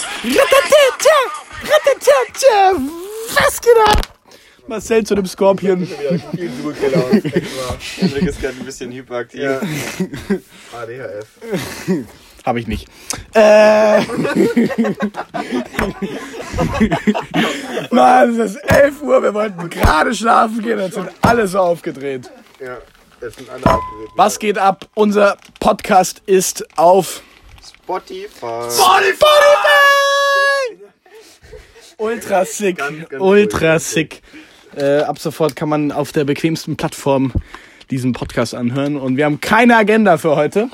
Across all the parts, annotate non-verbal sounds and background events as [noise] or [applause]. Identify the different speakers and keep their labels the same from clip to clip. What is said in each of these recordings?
Speaker 1: Ratatatja! Ratatatja! Was geht ab? Marcel zu dem Skorpion.
Speaker 2: Ja, viel
Speaker 3: [laughs]
Speaker 2: zurückgelaufen. echt wahr.
Speaker 3: Henrik ist gerade ein bisschen hyperaktiv. [laughs]
Speaker 2: Ja. ADHS.
Speaker 1: Hab ich nicht. Äh. [laughs] Mann, es ist 11 Uhr, wir wollten gerade schlafen gehen, jetzt sind alle so aufgedreht.
Speaker 2: Ja, es sind andere abgeritten.
Speaker 1: Was geht ab? Unser Podcast ist auf
Speaker 3: Spotify.
Speaker 1: Spotify! Ultra sick,
Speaker 2: Ganz, ganz
Speaker 1: ultra sick. Äh, ab sofort kann man auf der bequemsten Plattform diesen Podcast anhören. Und wir haben keine Agenda für heute.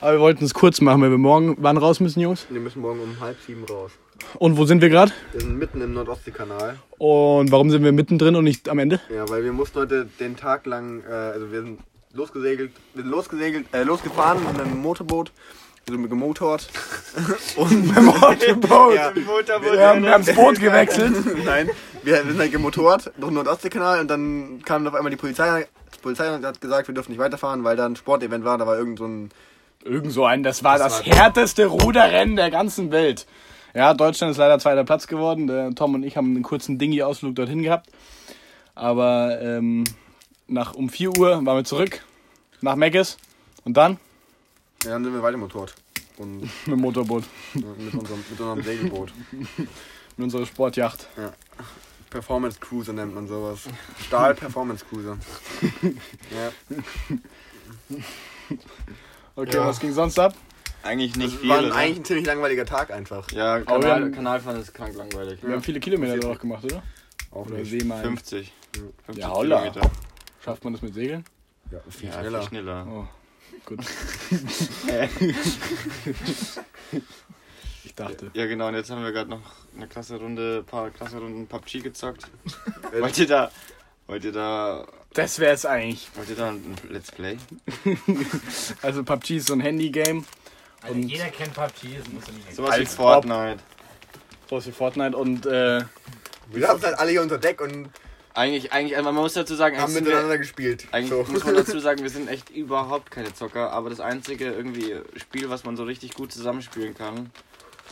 Speaker 1: Aber wir wollten es kurz machen, weil wir morgen wann raus müssen, Jungs.
Speaker 2: Wir müssen morgen um halb sieben raus.
Speaker 1: Und wo sind wir gerade?
Speaker 2: Wir sind mitten im Nordostseekanal.
Speaker 1: Und warum sind wir mittendrin und nicht am Ende?
Speaker 2: Ja, weil wir mussten heute den Tag lang, äh, also wir sind losgesegelt, wir sind losgesegelt, äh, losgefahren mit einem Motorboot. Wir sind gemotort. [laughs] Und beim
Speaker 1: [laughs]
Speaker 2: Motorboot. Ja.
Speaker 1: Wir haben, wir haben das Boot gewechselt.
Speaker 2: Nein, wir sind halt gemotort durch den Nordostseekanal und dann kam auf einmal die Polizei. Die Polizei hat gesagt, wir dürfen nicht weiterfahren, weil da ein Sportevent war. Da war irgend so ein
Speaker 1: Irgend so ein, das war das, härteste Ruderrennen der ganzen Welt. Ja, Deutschland ist leider zweiter Platz geworden. Der Tom und ich haben einen kurzen Dingi-Ausflug dorthin gehabt. Aber ähm, nach um 4 Uhr waren wir zurück nach Meckes und dann
Speaker 2: Ja, dann sind wir weitergemotort.
Speaker 1: [laughs]
Speaker 2: Und äh,
Speaker 1: mit dem Motorboot,
Speaker 2: mit unserem, mit unserem Segelboot.
Speaker 1: mit unserer Sportjacht.
Speaker 2: Performance Cruiser nennt man sowas. Stahl Performance Cruiser. Ja.
Speaker 1: Okay,
Speaker 2: Ja.
Speaker 1: was ging sonst ab?
Speaker 3: Eigentlich nicht
Speaker 2: Das
Speaker 3: viel.
Speaker 2: war ein-
Speaker 3: oder?
Speaker 2: eigentlich ein ziemlich langweiliger Tag einfach.
Speaker 3: ja,
Speaker 1: Aber wir
Speaker 3: Kanal,
Speaker 1: haben-
Speaker 3: Kanalfahren ist krank langweilig. ne?
Speaker 1: Wir haben viele Kilometer drauf gemacht, oder?
Speaker 2: Auch
Speaker 1: Oder
Speaker 2: nicht.
Speaker 1: Seemeilen.
Speaker 3: 50. 50
Speaker 1: Ja, holla.
Speaker 3: Kilometer.
Speaker 1: Schafft man das mit Segeln?
Speaker 2: Ja, viel
Speaker 3: Ja,
Speaker 2: schneller.
Speaker 3: viel schneller.
Speaker 1: Oh, [laughs] gut. ich dachte.
Speaker 3: Ja, genau. Und jetzt haben wir gerade noch eine klasse Runde, ein paar klasse Runden PUBG [laughs] gezockt. wollt ihr da, wollt ihr da,
Speaker 1: Das wäre es eigentlich.
Speaker 3: wollt ihr da ein Let's Play?
Speaker 1: Also PUBG ist so ein Handy-Game.
Speaker 4: Also jeder kennt PUBG, das muss ja nicht
Speaker 3: Sowas wie
Speaker 1: Als ob.
Speaker 3: Fortnite.
Speaker 1: So ist wie Fortnite und äh,
Speaker 2: Wir haben halt alle hier unter Deck und
Speaker 3: Eigentlich, eigentlich, aber man muss dazu sagen,
Speaker 2: haben
Speaker 3: eigentlich, sind wir,
Speaker 2: miteinander gespielt.
Speaker 3: eigentlich
Speaker 2: So. [laughs]
Speaker 3: muss man dazu sagen, wir sind echt überhaupt keine Zocker. Aber das einzige irgendwie Spiel, was man so richtig gut zusammenspielen kann,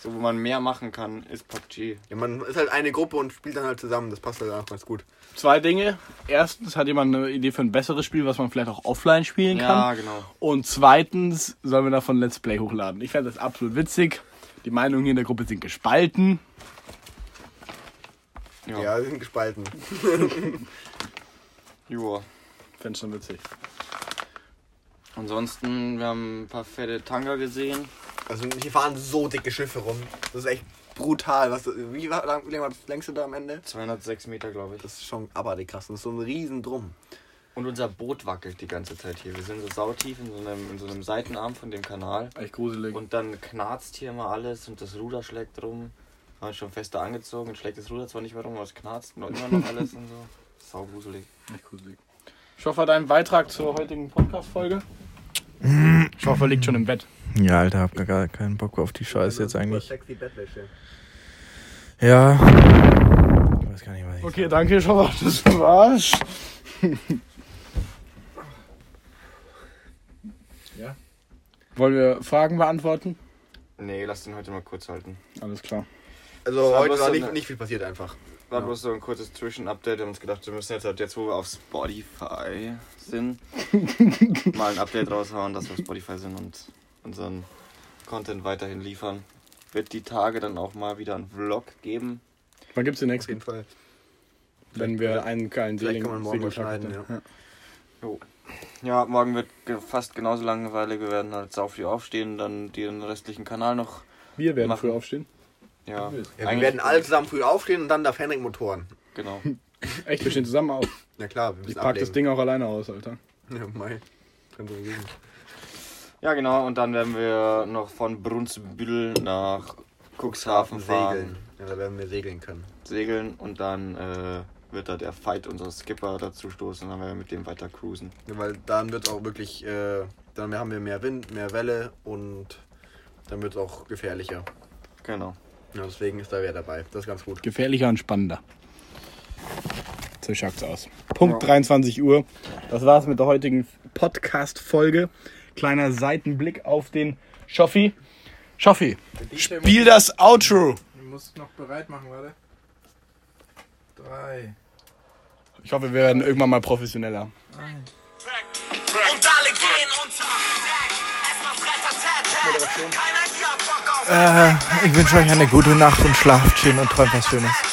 Speaker 3: so wo man mehr machen kann, ist PUBG.
Speaker 2: Ja, man ist halt eine Gruppe und spielt dann halt zusammen. Das passt halt auch ganz gut.
Speaker 1: zwei Dinge. Erstens hat jemand eine Idee für ein besseres Spiel, was man vielleicht auch offline spielen
Speaker 3: Ja,
Speaker 1: kann.
Speaker 3: genau.
Speaker 1: Und zweitens sollen wir davon Let's Play hochladen. Ich fände das absolut witzig. Die Meinungen hier in der Gruppe sind gespalten.
Speaker 3: Ja.
Speaker 2: Ja, wir sind gespalten.
Speaker 3: Joa.
Speaker 1: Fände schon witzig.
Speaker 3: Ansonsten, wir haben ein paar fette Tanga gesehen.
Speaker 2: Also hier fahren so dicke Schiffe rum. Das ist echt brutal. Was, wie, war- lang, wie lange war das längste da am Ende?
Speaker 3: 206 Meter, glaube ich.
Speaker 2: Das ist schon aber krass. Das ist so ein riesen Drum.
Speaker 3: Und unser Boot wackelt die ganze Zeit hier. Wir sind so sautief in so einem, in so einem Seitenarm von dem Kanal.
Speaker 1: Echt gruselig.
Speaker 3: Und dann knarzt hier immer alles und das Ruder schlägt rum. Wir haben schon fester angezogen und schlägt das Ruder zwar nicht mehr rum, aber es knarzt noch immer noch alles und so. Saugruselig.
Speaker 1: Echt gruselig. Ich hoffe, dein Beitrag zur heutigen Podcast-Folge. Ich hoffe, er liegt schon im Bett.
Speaker 5: Ja, Alter, hab gar keinen Bock auf die Scheiße jetzt
Speaker 2: Super
Speaker 5: eigentlich.
Speaker 2: Sexy Bettwäsche.
Speaker 5: Ja. Ich weiß gar nicht, was ich
Speaker 1: Okay, danke, ich hoffe, das war's. ja. Wollen wir Fragen beantworten?
Speaker 3: Nee, lass den heute mal kurz halten.
Speaker 1: Alles klar.
Speaker 2: Also
Speaker 3: war
Speaker 2: heute
Speaker 3: bloß
Speaker 2: war
Speaker 3: so
Speaker 2: nicht,
Speaker 3: eine-
Speaker 2: nicht viel passiert einfach.
Speaker 3: War bloß so ein kurzes Zwischenupdate. Wir haben uns gedacht, wir müssen jetzt halt, jetzt wo wir auf Spotify sind, mal ein Update raushauen, dass wir auf Spotify sind und unseren Content weiterhin liefern. Wird die Tage dann auch mal wieder einen Vlog geben.
Speaker 1: Wann gibt's den
Speaker 2: Auf
Speaker 1: nächsten?
Speaker 2: jeden Fall.
Speaker 1: Wenn wir einen geilen
Speaker 2: Vielleicht
Speaker 1: Seeling-
Speaker 2: kann man morgen mal
Speaker 1: Segeltag
Speaker 2: schneiden,
Speaker 1: hatten.
Speaker 3: Ja, morgen wird ge- fast genauso langweilig. Wir werden halt sau früh aufstehen, dann den restlichen Kanal noch.
Speaker 1: Wir werden
Speaker 3: Machen.
Speaker 1: früh aufstehen.
Speaker 3: Ja,
Speaker 2: Ja, wir werden alle zusammen früh aufstehen und dann darf Henrik Motoren.
Speaker 3: Genau.
Speaker 1: Echt, wir stehen zusammen auf.
Speaker 2: Na klar, wir müssen
Speaker 1: Ich pack das Ding auch alleine aus, Alter.
Speaker 2: [laughs] Ja, mei. Kann so gehen.
Speaker 3: Ja, genau. Und dann werden wir noch von Brunsbüttel nach Cuxhaven fahren.
Speaker 2: Segeln. Ja, da werden wir segeln können.
Speaker 3: segeln und dann äh, wird da der Fight, unser Skipper, dazu stoßen und dann werden wir mit dem weiter cruisen.
Speaker 2: Ja, weil dann wird auch wirklich, äh, dann haben wir mehr Wind, mehr Welle und dann wird es auch gefährlicher.
Speaker 3: Genau.
Speaker 2: Ja, deswegen ist da wer dabei. Das ist ganz gut.
Speaker 1: Gefährlicher und spannender. So schaut's aus. Punkt 23 Uhr. Das war's mit der heutigen Podcast-Folge. Kleiner Seitenblick auf den Schoffi. Schaffi, spiel das Outro.
Speaker 6: Ich muss noch bereit machen, warte. Drei.
Speaker 1: Ich hoffe, wir werden irgendwann mal professioneller.
Speaker 7: Und alle gehen unter. Erstmal Fretter, Keiner hier hat Bock auf
Speaker 5: Äh, ich wünsche euch eine gute Nacht und schlaft schön und träumt was Schönes.